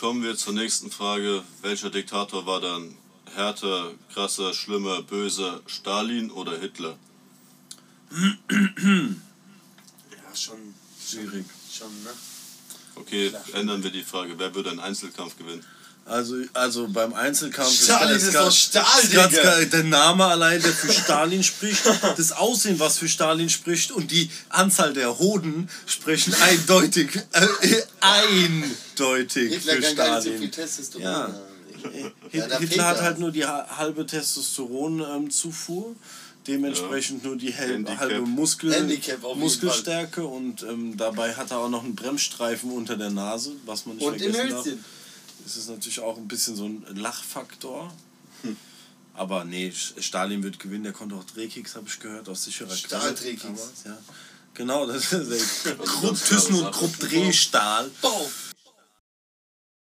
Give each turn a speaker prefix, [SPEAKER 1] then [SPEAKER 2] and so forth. [SPEAKER 1] Kommen wir zur nächsten Frage. Welcher Diktator war dann härter, krasser, schlimmer, böser, Stalin oder Hitler?
[SPEAKER 2] Ja, schon,
[SPEAKER 3] Schwierig.
[SPEAKER 2] schon, ne?
[SPEAKER 1] Okay, ändern wir die Frage. Wer würde einen Einzelkampf gewinnen?
[SPEAKER 3] Also, also beim Einzelkampf
[SPEAKER 2] Stalin ist doch Stahl,
[SPEAKER 3] ist ganz
[SPEAKER 2] Digga.
[SPEAKER 3] klar, der Name allein, der für Stalin spricht, das Aussehen, was für Stalin spricht und die Anzahl der Hoden sprechen eindeutig, äh, äh, eindeutig
[SPEAKER 2] Hitler
[SPEAKER 3] für
[SPEAKER 2] kann gar nicht so viel
[SPEAKER 3] Stalin.
[SPEAKER 2] Testosteron
[SPEAKER 3] Ja.
[SPEAKER 2] haben.
[SPEAKER 3] Hit-
[SPEAKER 2] da fehlt
[SPEAKER 3] Hitler hat
[SPEAKER 2] da
[SPEAKER 3] halt nur die ha- halbe Testosteronzufuhr, dementsprechend nur die hel-
[SPEAKER 1] Handicap.
[SPEAKER 3] halbe Muskel
[SPEAKER 2] Handicap auf jeden
[SPEAKER 3] Muskelstärke und ähm, dabei hat er auch noch einen Bremsstreifen unter der Nase, was man nicht
[SPEAKER 2] Und im
[SPEAKER 3] vergessen darf.
[SPEAKER 2] Hölzchen.
[SPEAKER 3] Es ist natürlich auch ein bisschen so ein Lachfaktor. Hm. Aber nee, Sch- Stalin wird gewinnen. Der konnte auch Drehkicks, habe ich gehört, aus sicherer
[SPEAKER 2] Stahldrehkicks.
[SPEAKER 3] damals, Ja. Genau, das ist der
[SPEAKER 1] ganz
[SPEAKER 3] Grupp Thyssen
[SPEAKER 1] klare
[SPEAKER 3] und
[SPEAKER 1] Sache.
[SPEAKER 3] Grupp Drehstahl.
[SPEAKER 2] Boah.